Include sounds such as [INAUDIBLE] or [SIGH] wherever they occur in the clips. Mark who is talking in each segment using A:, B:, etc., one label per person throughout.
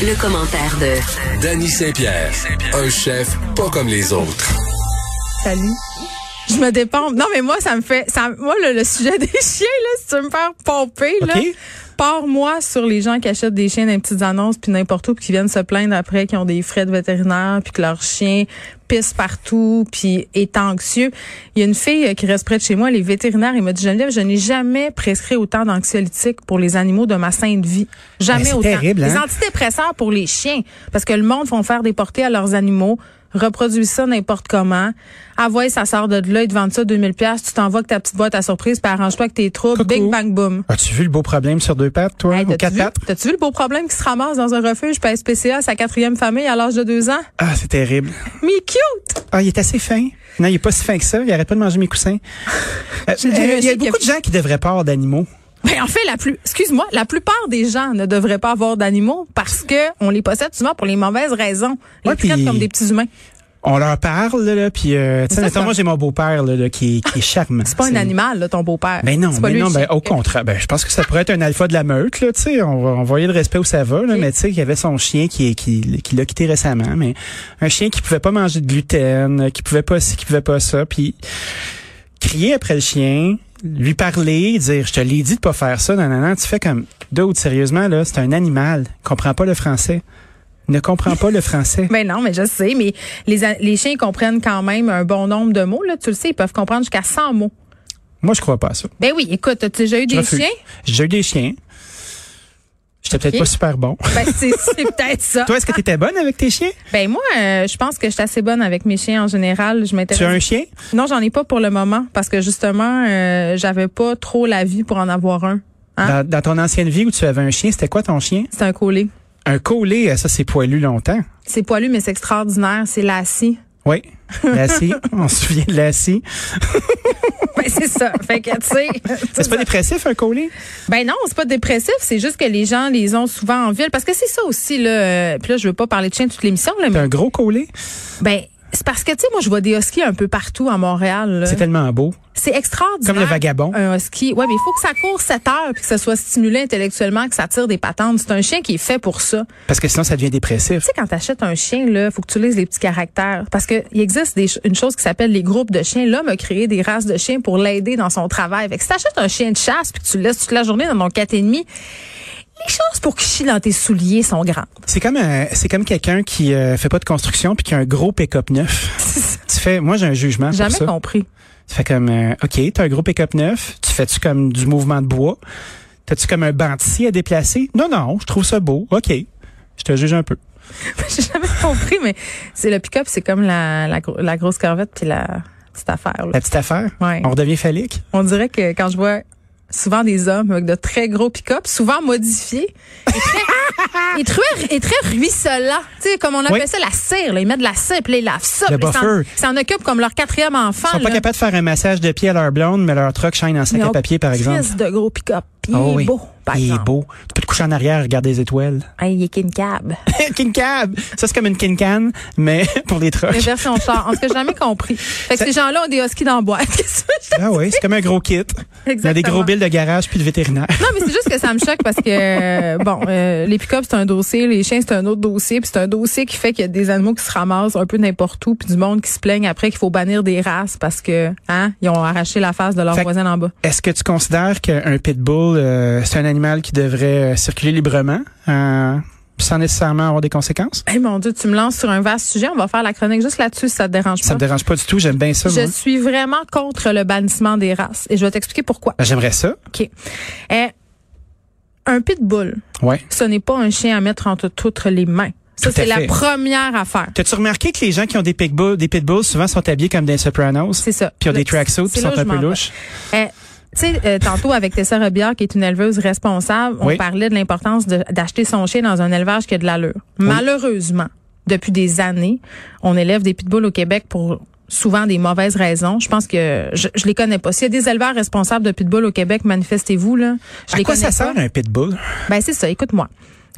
A: Le commentaire de
B: Danny Saint-Pierre, un chef pas comme les autres.
C: Salut. Je me dépompe. Non, mais moi, ça me fait. Ça, moi, le, le sujet [LAUGHS] des chiens, là, si tu veux me faire pomper, là.
D: OK.
C: Pars-moi sur les gens qui achètent des chiens dans les petites annonces, puis n'importe où, puis qui viennent se plaindre après, qui ont des frais de vétérinaire, puis que leur chien pisse partout, puis est anxieux. Il y a une fille euh, qui reste près de chez moi, les vétérinaires, elle m'a dit, Geneviève, je n'ai jamais prescrit autant d'anxiolytiques pour les animaux de ma sainte vie. Jamais
D: c'est
C: autant.
D: terrible, hein?
C: Les antidépresseurs pour les chiens, parce que le monde font faire des portées à leurs animaux, reproduisent ça n'importe comment. Ah ouais, ça sort de là, ils te vendent ça 2000 pièces, tu t'envoies avec ta petite boîte à surprise, puis arrange-toi avec tes troubles,
D: Coucou.
C: bing bang boom.
D: As-tu vu le beau problème sur deux pattes, toi,
C: Hey, t'as-tu
D: ou quatre
C: vu,
D: pattes?
C: t'as-tu vu le beau problème qui se ramasse dans un refuge par SPCA, sa quatrième famille à l'âge de deux ans?
D: Ah, c'est terrible.
C: Mais cute!
D: Ah, il est assez fin. Non, il est pas si fin que ça. Il arrête pas de manger
C: [LAUGHS]
D: mes coussins. Euh,
C: J'ai déjà eu un
D: euh, il y a
C: chien qui a-
D: beaucoup de gens qui devraient pas avoir d'animaux.
C: Ben, en fait, la plus, excuse-moi, la plupart des gens ne devraient pas avoir d'animaux parce que on les possède souvent pour les mauvaises raisons. Ils
D: Ouais,
C: les traitent
D: puis-
C: comme des petits humains.
D: On leur parle, là, puis, euh, tu
C: ça,
D: sais, mettons,
C: c'est
D: moi,
C: un-
D: j'ai mon beau-père, là, là, qui, est- qui est charmant.
C: C'est pas un animal, là, ton beau-père.
D: Ben non,
C: C'est pas
D: ben
C: lui,
D: non,
C: le
D: ben
C: chien.
D: au contraire. Ben, je pense que ça pourrait être un alpha de la meute, là, tu sais. On va envoyer le respect où ça va, là,
C: Ok.
D: mais tu sais, il y avait son chien qui, qui, qui l'a quitté récemment, mais un chien qui pouvait pas manger de gluten, euh, qui pouvait pas ci, qui pouvait pas ça, puis crier après le chien, lui parler, dire, je te l'ai dit de pas faire ça, non, non, non, tu fais comme, d'autres, sérieusement, là, c'est un animal, comprend pas le français. Ne comprend pas
C: [LAUGHS]
D: le français.
C: Ben non, mais je sais, mais les, a- les chiens ils comprennent quand même un bon nombre de mots, là. Tu le sais, ils peuvent comprendre jusqu'à 100 mots.
D: Moi, je crois pas à ça.
C: Ben oui, écoute, as déjà eu
D: Je
C: des
D: refuse.
C: chiens?
D: J'ai eu des chiens. J'étais peut-être
C: Ok.
D: pas
C: [LAUGHS]
D: super bon.
C: Ben, c'est c'est peut-être ça.
D: Toi, est-ce que t'étais bonne avec tes chiens?
C: Ben moi, euh, je pense que je suis assez bonne avec mes chiens en général. Je m'intéresse.
D: Tu as un chien?
C: Non, j'en ai pas pour le moment parce que justement, euh, j'avais pas trop la vie pour en avoir un. Hein?
D: Dans, dans ton ancienne vie où tu avais un chien, c'était quoi ton chien?
C: C'est un collet.
D: Un collet, euh, ça c'est poilu longtemps.
C: C'est poilu, mais c'est extraordinaire. C'est lassie.
D: [LAUGHS] Oui. Lassie, on se souvient de Lassie.
C: [LAUGHS] Ben c'est ça. Fait que tu
D: [LAUGHS]
C: sais.
D: Mais C'est pas dépressif un collet?
C: Ben non, c'est pas dépressif. C'est juste que les gens les ont souvent en ville parce que c'est ça aussi là. euh, Puis là, je veux pas parler de chiens toute l'émission là,
D: T'as
C: mais
D: un gros collet?
C: ben. C'est parce que, tu sais, moi, je vois des huskies un peu partout à Montréal. là.
D: C'est tellement beau.
C: C'est extraordinaire.
D: Comme le vagabond.
C: Un husky. Ouais, mais il faut que ça court 7 heures puis que ça soit stimulé intellectuellement, que ça tire des patentes. C'est un chien qui est fait pour ça.
D: Parce que sinon ça devient
C: Tu
D: dépressif.
C: sais, quand t'achètes un chien, là, faut que tu lises les petits caractères. Parce que il existe des ch- une chose qui s'appelle les groupes de chiens. L'homme a créé des races de chiens pour l'aider dans son travail. Fait que si t'achètes un chien de chasse puis que tu le laisses toute la journée dans ton 4,5, les chances pour qu'il chie dans tes souliers sont grandes.
D: C'est comme un- c'est comme quelqu'un qui euh, fait pas de construction puis qui a un gros pick-up [LAUGHS] neuf. tu fais, moi j'ai un jugement
C: Jamais
D: pour ça.
C: compris.
D: Tu fais comme, euh, ok, t'as un gros pick-up neuf. Tu fais-tu comme du mouvement de bois? T'as-tu comme un banc de scie à déplacer? Non, non, je trouve ça beau. Ok, je te juge un peu.
C: [LAUGHS] J'ai jamais compris, mais c'est le pick-up, c'est comme la, la, gro- la grosse corvette puis la petite affaire, là.
D: La petite affaire,
C: Ouais.
D: on redevient phallique.
C: On dirait que quand je vois souvent des hommes avec de très gros pick-up, souvent modifiés,
D: [LAUGHS]
C: et très, et très, et très ruisselants. Tu sais, comme on appelle
D: Oui.
C: ça la cire, là. Ils mettent de la cire, puis là, ils lavent ça.
D: Le
C: puis là, ils s'en-
D: buffer.
C: Ils s'en occupent comme leur quatrième enfant,
D: Ils sont pas
C: Ah, là.
D: capables de faire un massage de pied à leur blonde, mais leur truck shine en sac
C: Mais
D: à
C: on
D: papier, par exemple.
C: crisse de gros pick-up. Puis
D: Ah
C: il est
D: oui.
C: beau, par
D: il est
C: exemple.
D: beau. Tu peux te coucher en arrière et regarder
C: [LAUGHS]
D: les étoiles.
C: Hey, il est king cab.
D: king cab! Ça, c'est comme une king can, mais [LAUGHS] pour les
C: Mais
D: trucks.
C: version char. En tout cas, j'ai jamais compris. Fait que
D: Ça-
C: ces gens-là ont des huskies dans la boîte. [LAUGHS] Qu'est-ce que je te
D: Ah oui, c'est comme un gros kit. Il y a des
C: Exactement.
D: gros billes de garage puis de vétérinaire.
C: Non, mais c'est juste que ça me choque parce que, euh, bon, euh, les pick-up, c'est un dossier, les chiens, c'est un autre dossier, puis c'est un dossier qui fait qu'il y a des animaux qui se ramassent un peu n'importe où, puis du monde qui se plaignent après qu'il faut bannir des races parce que, hein, ils ont arraché la face de leur
D: Fait que-
C: voisin en bas.
D: Est-ce que tu considères qu'un pitbull, euh, c'est un animal qui devrait euh, circuler librement, euh, sans nécessairement avoir des conséquences?
C: Eh mon Dieu, tu me lances sur un vaste sujet, on va faire la chronique juste là-dessus si ça te dérange
D: Ça me
C: pas.
D: dérange pas du tout, j'aime bien ça,
C: Je
D: moi.
C: suis vraiment contre le bannissement des races et je vais t'expliquer pourquoi.
D: Ben, J'aimerais ça.
C: OK. Eh, un pitbull,
D: Ouais.
C: ce n'est pas un chien à mettre entre toutes les mains. Ça,
D: Tout à
C: c'est la
D: fait.
C: première affaire.
D: T'as-tu remarqué que les gens qui ont des pitbulls, des pitbulls souvent sont habillés comme des sopranos?
C: C'est ça.
D: Puis ils ont
C: Là,
D: des tracksuits
C: c'est
D: qui sont
C: là où
D: un
C: je
D: peu
C: m'en vais.
D: louches.
C: Eh, Tu sais, euh, tantôt avec Tessa Robillard, qui est une éleveuse responsable, on
D: Oui.
C: parlait de l'importance de- d'acheter son chien dans un élevage qui a de l'allure. Malheureusement, depuis des années, on élève des pitbulls au Québec pour souvent des mauvaises raisons. Je pense que je, je les connais pas. S'il y a des éleveurs responsables de pitbulls au Québec, manifestez-vous là. Je
D: À
C: les
D: quoi
C: connais
D: ça sert
C: pas.
D: un pitbull?
C: Ben c'est ça. Écoute-moi.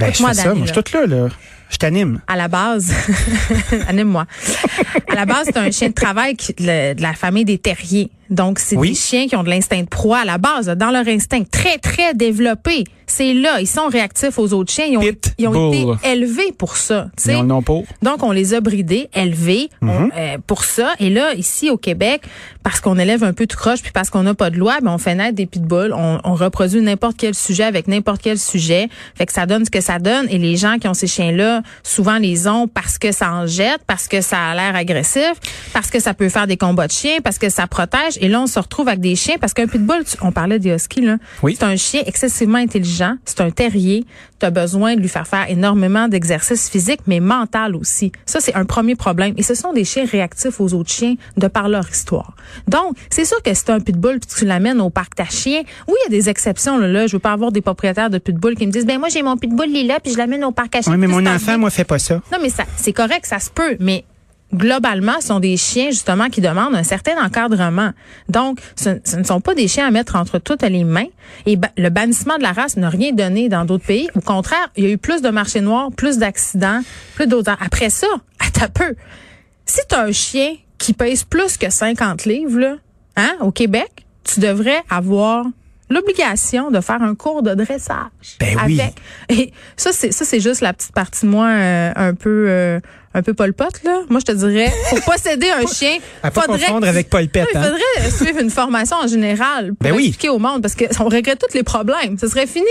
D: Ben, je
C: Écoute-moi,
D: fais ça,
C: Dani,
D: moi, je
C: là
D: suis toute là, là. Je t'anime.
C: à la base, [LAUGHS] anime-moi. À la base, c'est un chien de travail qui- le- de la famille des terriers. Donc, c'est
D: Oui.
C: des chiens qui ont de l'instinct de proie à la base, dans leur instinct très, très développé. C'est là, ils sont réactifs aux autres chiens. Ils ont,
D: Pit
C: ils ont
D: bull.
C: été élevés pour ça. tu sais.
D: Ils ont le nom pour.
C: Donc, on les a bridés, élevés on- euh, pour ça. Et là, ici au Québec, parce qu'on élève un peu tout croche, puis parce qu'on n'a pas de loi, ben, on fait naître des pitbulls. On, on reproduit n'importe quel sujet avec n'importe quel sujet. Fait que ça donne ce que ça donne. Et les gens qui ont ces chiens-là, souvent les ont parce que ça en jette, parce que ça a l'air agressif, parce que ça peut faire des combats de chiens, parce que ça protège. Et là, on se retrouve avec des chiens, parce qu'un pitbull, tu- on parlait des huskies, là.
D: Oui.
C: C'est un chien excessivement intelligent. C'est un terrier. Tu as besoin de lui faire faire énormément d'exercices physiques, mais mental aussi. Ça, c'est un premier problème. Et ce sont des chiens réactifs aux autres chiens de par leur histoire. Donc, c'est sûr que c'est un pitbull puis tu l'amènes au parc à chiens. Oui, il y a des exceptions. Là, là. je veux pas avoir des propriétaires de pitbull qui me disent, ben moi, j'ai mon pitbull, il est là, puis je l'amène au parc à chiens.
D: Oui, mais
C: Puis
D: mon
C: c'est en
D: enfant, moi, fait pas ça.
C: non, mais ça, c'est correct, ça se peut, mais globalement, ce sont des chiens, justement, qui demandent un certain encadrement. Donc, ce, ce ne sont pas des chiens à mettre entre toutes les mains. Et ba- le bannissement de la race n'a rien donné dans d'autres pays. Au contraire, il y a eu plus de marchés noirs, plus d'accidents, plus d'autres. Après ça, à ta peu. Si t'as un chien qui pèse plus que 50 livres, là, hein, au Québec, tu devrais avoir l'obligation de faire un cours de dressage.
D: Ben oui.
C: Avec- et ça, c'est ça, c'est juste la petite partie de moi euh, un peu euh, un peu Pol Pot, là. Moi, je te dirais, pour posséder un chien,
D: À pas
C: faudrait
D: confondre
C: que-
D: avec Paul Pet,
C: Non, Il
D: hein.
C: faudrait suivre une formation en général pour
D: Ben oui.
C: expliquer au monde, parce qu'on réglerait tous les problèmes. Ce serait fini.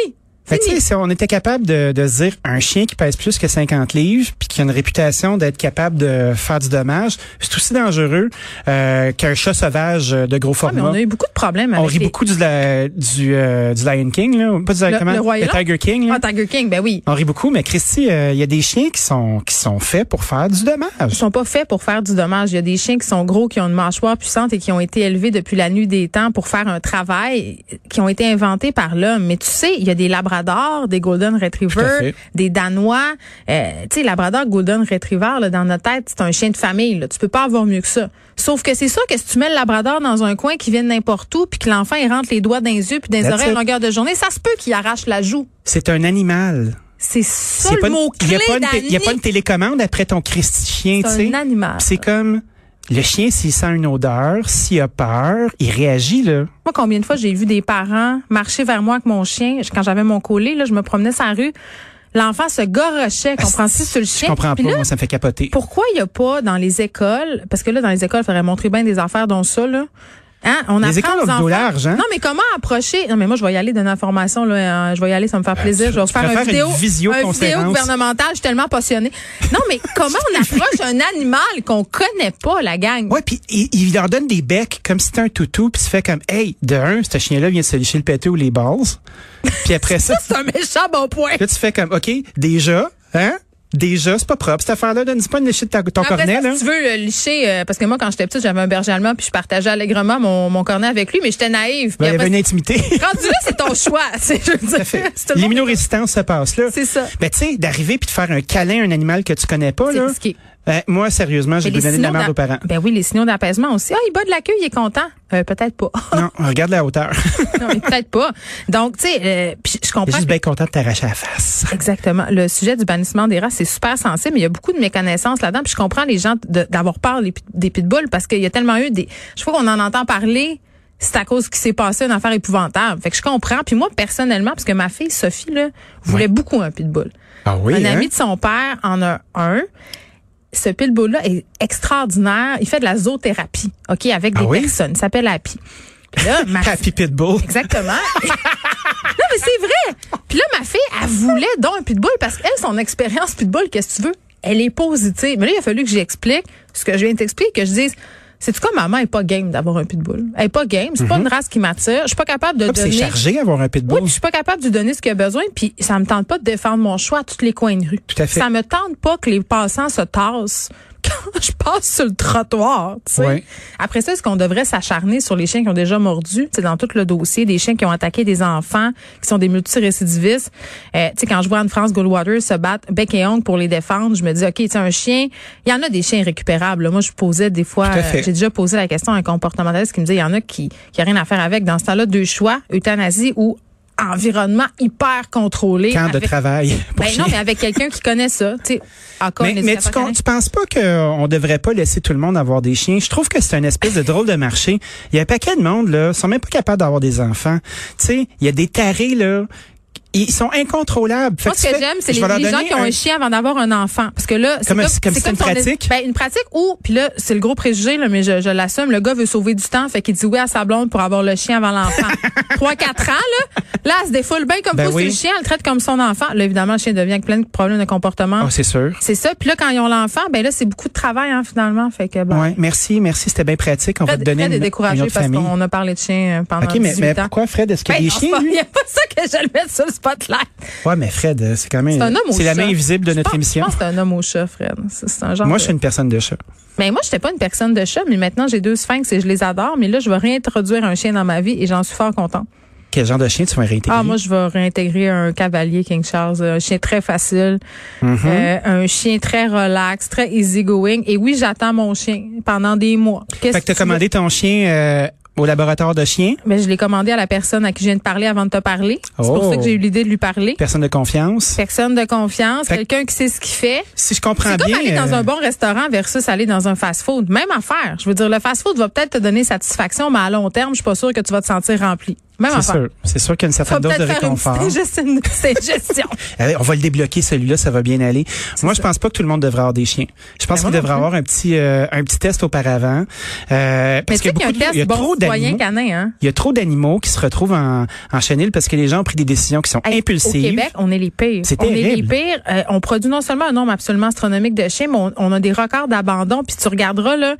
D: Fait que, Ben, tu sais,
C: Fini.
D: si on était capable de, de se dire un chien qui pèse plus que 50 livres puis qui a une réputation d'être capable de faire du dommage, c'est aussi dangereux euh, qu'un chat sauvage de gros
C: Ah, mais
D: format.
C: on a eu beaucoup de problèmes
D: On
C: avec
D: rit
C: les-
D: beaucoup du, la- du, euh, du Lion King, là. Pas du Lion-
C: le,
D: comment?
C: le Roi Lion.
D: Tiger King, là.
C: Ah, Tiger King, ben oui.
D: On rit beaucoup, mais Christy, euh, il y a des chiens qui sont qui sont faits pour faire du
C: Ils
D: dommage.
C: sont pas faits pour faire du dommage. Il y a des chiens qui sont gros, qui ont une mâchoire puissante et qui ont été élevés depuis la nuit des temps pour faire un travail, qui ont été inventés par l'homme. Mais tu sais, il y a des labradors, des golden
D: Tout à
C: retrievers,
D: fait.
C: des danois. Euh, tu sais, labrador, golden retriever, là, dans notre tête, c'est un chien de famille. Là. Tu peux pas avoir mieux que ça. Sauf que c'est sûr que si tu mets le labrador dans un coin qui vient de n'importe où, puis que l'enfant il rentre les doigts dans les yeux puis dans les
D: That's
C: oreilles à
D: it.
C: longueur de journée, ça se peut qu'il arrache la joue.
D: C'est un animal.
C: C'est ça
D: C'est
C: le
D: pas une-
C: mot
D: il y
C: clé
D: a pas une té- il y a pas une télécommande après ton Christy chien, tu
C: C'est
D: sais.
C: un animal.
D: C'est comme le chien s'il sent une odeur, s'il a peur, il réagit là.
C: Moi, combien de fois j'ai vu des parents marcher vers moi avec mon chien Je- quand j'avais mon collet, là, je me promenais sur la rue. L'enfant se gorochait, comprends-tu, sur le chien.
D: Je comprends
C: Puis
D: pas,
C: là,
D: moi, ça me fait capoter.
C: pourquoi il n'y a pas dans les écoles, parce que là, dans les écoles, il faudrait montrer bien des affaires dont ça, là. Hein? On
D: Les
C: apprend aux
D: écoles ont le dos
C: enfants-
D: large, hein?
C: Non, mais comment approcher? Non, mais moi, je vais y aller d'une information, là. euh, Je vais y aller, ça va me faire plaisir.
D: tu-
C: je vais
D: tu
C: faire
D: préfères
C: un
D: une
C: vidéo. un
D: visioconférence.
C: vidéo gouvernementale. Je suis tellement passionnée. Non, mais comment
D: [LAUGHS]
C: on approche un animal qu'on connaît pas, la gang?
D: Ouais, puis il, il leur donne des becs comme si c'était un toutou, puis se fait comme, hey, de un, ce chien-là vient de se lécher le pété ou les balles.
C: [LAUGHS]
D: Puis après ça,
C: C'est un méchant bon point.
D: là, tu fais comme, ok, déjà, hein, déjà, c'est pas propre cette affaire-là, donne pas une léchée de ta- ton
C: Après ça,
D: cornet là.
C: si tu veux le licher, euh, parce que moi, quand j'étais petite, j'avais un berger allemand, puis je partageais allègrement mon, mon cornet avec lui, mais j'étais naïve.
D: Ben,
C: Puis
D: il y
C: après,
D: avait une intimité.
C: rendu là, c'est ton choix. [LAUGHS] C'est, je veux dire, [LAUGHS] c'est tout le
D: Les
C: monde-
D: minorésistances se passent là.
C: C'est ça.
D: Ben, tu sais, d'arriver puis de faire un câlin à un animal que tu connais pas,
C: C'est
D: là.
C: risqué.
D: Ben, moi, sérieusement, j'ai
C: Mais les
D: donné de la
C: signaux
D: merde aux
C: d'a-
D: parents.
C: Ben oui, les signaux d'apaisement aussi. Ah, il bat de la queue, il est content. Euh, peut-être pas. [LAUGHS]
D: Non, regarde la hauteur.
C: non, mais peut-être pas. Donc, tu sais, euh, puis je
D: J'ai
C: comprends.
D: juste
C: que-
D: bien content de t'arracher la face.
C: [LAUGHS] Exactement. Le sujet du bannissement des races, c'est super sensible. mais Il y a beaucoup de méconnaissances là-dedans. Puis je comprends les gens de- d'avoir peur des, pit- des pitbulls parce qu'il y a tellement eu des. Je crois qu'on en entend parler. C'est à cause qu'il s'est passé une affaire épouvantable. Fait que je comprends. Puis moi, personnellement, parce que ma fille, Sophie, là, voulait beaucoup un pitbull.
D: Ah oui,
C: un
D: hein?
C: ami de son père en a un. Ce pitbull-là est extraordinaire. Il fait de la zoothérapie, OK, avec
D: Ah
C: des
D: oui?
C: personnes. Il s'appelle Happy. Puis Là, ma
D: [LAUGHS] Happy Pitbull.
C: Exactement. non, mais c'est vrai. Puis là, ma fille, elle voulait donc un pitbull parce qu'elle, son expérience pitbull, qu'est-ce que tu veux? Elle est positive. Mais là, il a fallu que j'explique ce que je viens de t'expliquer, que je dise. C'est quoi maman est pas game d'avoir un pitbull. Elle est pas game, c'est pas une race qui m'attire. Je suis pas capable de
D: Hop, Mhm. C'est
C: donner.
D: chargé avoir un
C: Oui,
D: Pitbull.
C: puis je suis pas capable de lui donner ce qu'il a besoin, puis ça me tente pas de défendre mon choix à tous les coins de rue.
D: Tout à fait.
C: Ça me tente pas que les passants se tassent [LAUGHS] quand je passe sur le trottoir. tu sais.
D: Ouais.
C: Après ça, est-ce qu'on devrait s'acharner sur les chiens qui ont déjà mordu? C'est dans tout le dossier des chiens qui ont attaqué des enfants, qui sont des multirécidivistes. Euh, tu sais, quand je vois Anne-France Goldwater se battre bec et ongle pour les défendre, je me dis, OK, tu sais, un chien, il y en a des chiens récupérables. là. Moi, je posais des fois,
D: Tout à
C: euh,
D: fait.
C: j'ai déjà posé la question à un comportementaliste qui me disait, il y en a qui n'ont rien à faire avec. Dans ce temps-là, deux choix, euthanasie ou environnement hyper contrôlé.
D: Camp de
C: avec-
D: travail. pour
C: ben non,
D: chiens.
C: mais avec quelqu'un qui connaît ça, tu sais, encore
D: Mais,
C: une
D: mais tu,
C: éducatrice
D: con- tu penses pas qu'on devrait pas laisser tout le monde avoir des chiens? Je trouve que c'est une espèce de drôle de marché. Il y a un paquet de monde, là, sont même pas capables d'avoir des enfants. Tu sais, il y a des tarés, là, ils sont incontrôlables. Fait
C: Moi,
D: que
C: ce
D: tu
C: que
D: fais-
C: j'aime, c'est
D: je
C: les,
D: vais leur
C: les gens
D: donner
C: qui ont un,
D: un-
C: chien avant d'avoir un enfant. Parce que là, c'est
D: Comme un- comme c'est une
C: si on est-
D: pratique?
C: Ben, une pratique où, puis là, c'est le gros préjugé, là, mais je, je l'assume, le gars veut sauver du temps, fait qu'il dit oui à sa blonde pour avoir le chien avant l'enfant.
D: [LAUGHS]
C: 3-4 ans, là, là, elle se défoule bien comme
D: Ben
C: faut sur
D: oui.
C: le chien, elle le traite comme son enfant. Là, évidemment, le chien devient avec plein de problèmes de comportement.
D: Oh, c'est sûr.
C: c'est ça. Puis là, quand ils ont l'enfant, ben là, c'est beaucoup de travail, hein, finalement. Fait que, bon.
D: Ouais, merci, merci, c'était bien pratique. On va
C: Fred,
D: te donner
C: Fred
D: une,
C: est découragé
D: une autre
C: parce
D: famille.
C: qu'on a parlé de chien euh, pendant
D: OK, mais,
C: 18
D: mais
C: ans.
D: pourquoi Fred, est-ce qu'il y a
C: Ben,
D: des
C: non, c'est
D: chiens,
C: pas- il
D: lui?
C: n'y a pas ça que je le mette sur le spotlight.
D: Ouais, mais Fred, euh, c'est quand même,
C: C'est un homme au
D: c'est la
C: chat.
D: main visible de
C: Je
D: notre
C: pense-
D: émission.
C: Je pense que c'est un homme au chat, Fred. C'est c'est un genre.
D: Moi,
C: de-
D: je suis une personne de chat.
C: Mais moi, j'étais pas une personne de chat, mais maintenant j'ai deux sphinx et je les adore. Mais là, je vais réintroduire un chien dans ma vie et j'en suis fort contente.
D: Quel genre de chien tu vas réintégrer?
C: Ah, moi, je vais réintégrer un cavalier King Charles, euh, un chien très facile,
D: Mm-hmm.
C: euh, un chien très relax, très easygoing. Et oui, j'attends mon chien pendant des mois. Qu'est-ce
D: Fait que t'as
C: tu veux?
D: commandé ton chien euh, au laboratoire de chiens,
C: Ben, je l'ai commandé à la personne à qui je viens de parler avant de te parler. C'est
D: Oh.
C: pour ça que j'ai eu l'idée de lui parler.
D: personne de confiance.
C: Personne de confiance,
D: Fait-
C: quelqu'un qui sait ce qu'il fait.
D: Si je comprends
C: C'est comme
D: bien.
C: aller dans
D: euh,
C: un bon restaurant versus aller dans un fast-food. Même affaire. Je veux dire, le fast-food va peut-être te donner satisfaction, mais à long terme, je suis pas sûre que tu vas te sentir rempli. Même
D: C'est
C: affaire.
D: sûr. C'est sûr qu'il y a une
C: Faut
D: certaine dose de
C: peut-être faire une
D: réconfort.
C: petite [LAUGHS] juste une petite gestion.
D: Euh, on va le débloquer, celui-là, ça va bien aller. Moi, je pense pas que tout le monde devrait avoir des chiens. Je pense
C: Ben, moi
D: qu'il
C: non
D: devrait avoir un petit euh, un petit test auparavant. Euh,
C: Mais
D: parce
C: tu sais
D: qu'il y
C: qu'il y a
D: a
C: un
D: beaucoup de- il y a
C: test bon
D: trop
C: citoyen
D: d'animaux.
C: canin, hein?
D: Il y a trop d'animaux qui se retrouvent en, en chenille parce que les gens ont pris des décisions qui sont
C: Hey,
D: impulsives.
C: Au Québec, on est les pires.
D: C'est
C: on est les
D: terrible.
C: pires. Euh, on produit non seulement un nombre absolument astronomique de chiens, mais on, on a des records d'abandon. Puis tu regarderas là.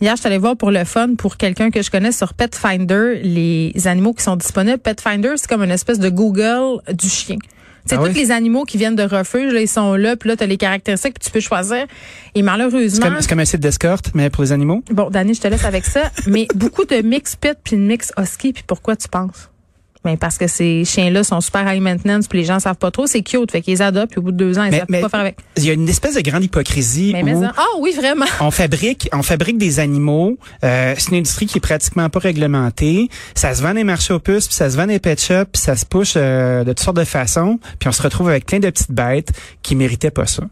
C: Hier, je suis allée voir pour le fun pour quelqu'un que je connais sur Pet Finder les animaux qui sont disponibles. Pet Finder, c'est comme une espèce de Google du chien. Tu sais,
D: Ah
C: tous
D: oui?
C: les animaux qui viennent de refuge, là, ils sont là, puis là, tu as les caractéristiques, puis tu peux choisir. Et
D: C'est
C: malheureusement,
D: comme, c'est comme un site d'escorte, mais pour les animaux.
C: bon, Dani, je te laisse avec
D: [LAUGHS]
C: ça, mais beaucoup de mix pit puis de mix husky, puis pourquoi tu penses? Ben parce que ces chiens-là sont super high maintenance, puis les gens savent pas trop, c'est cute, fait qu'ils adoptent, puis au bout de deux ans, ils savent pas quoi faire avec.
D: il y a une espèce de grande hypocrisie
C: Mais
D: où
C: mais ça- ah oui, vraiment.
D: on fabrique, on fabrique des animaux. Euh, c'est une industrie qui est pratiquement pas réglementée. Ça se vend des marchés aux puces, puis ça se vend des pet shops, puis ça se push euh, de toutes sortes de façons. Puis on se retrouve avec plein de petites bêtes qui méritaient pas ça.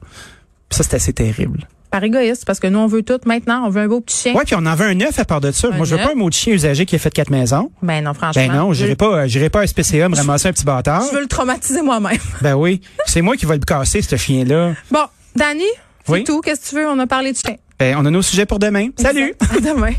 D: Puis Ça, c'est assez terrible.
C: Par égoïste, parce que nous, on veut tout maintenant, on veut un beau petit chien.
D: Ouais, puis on en veut un neuf à part de ça.
C: Un
D: Moi, je veux
C: neuf?
D: pas un mot de chien usagé qui a fait quatre maisons.
C: Ben non, franchement.
D: Ben non,
C: je,
D: j'irai pas, euh, j'irai pas à SPCA me ramasser un petit bâtard.
C: je veux le traumatiser moi-même.
D: Ben oui, c'est moi qui vais le casser, ce chien-là.
C: Bon, Dani, c'est
D: Oui?
C: tout, qu'est-ce que tu veux? On a parlé de chien.
D: Ben, on a nos sujets pour demain. Salut!
C: À demain.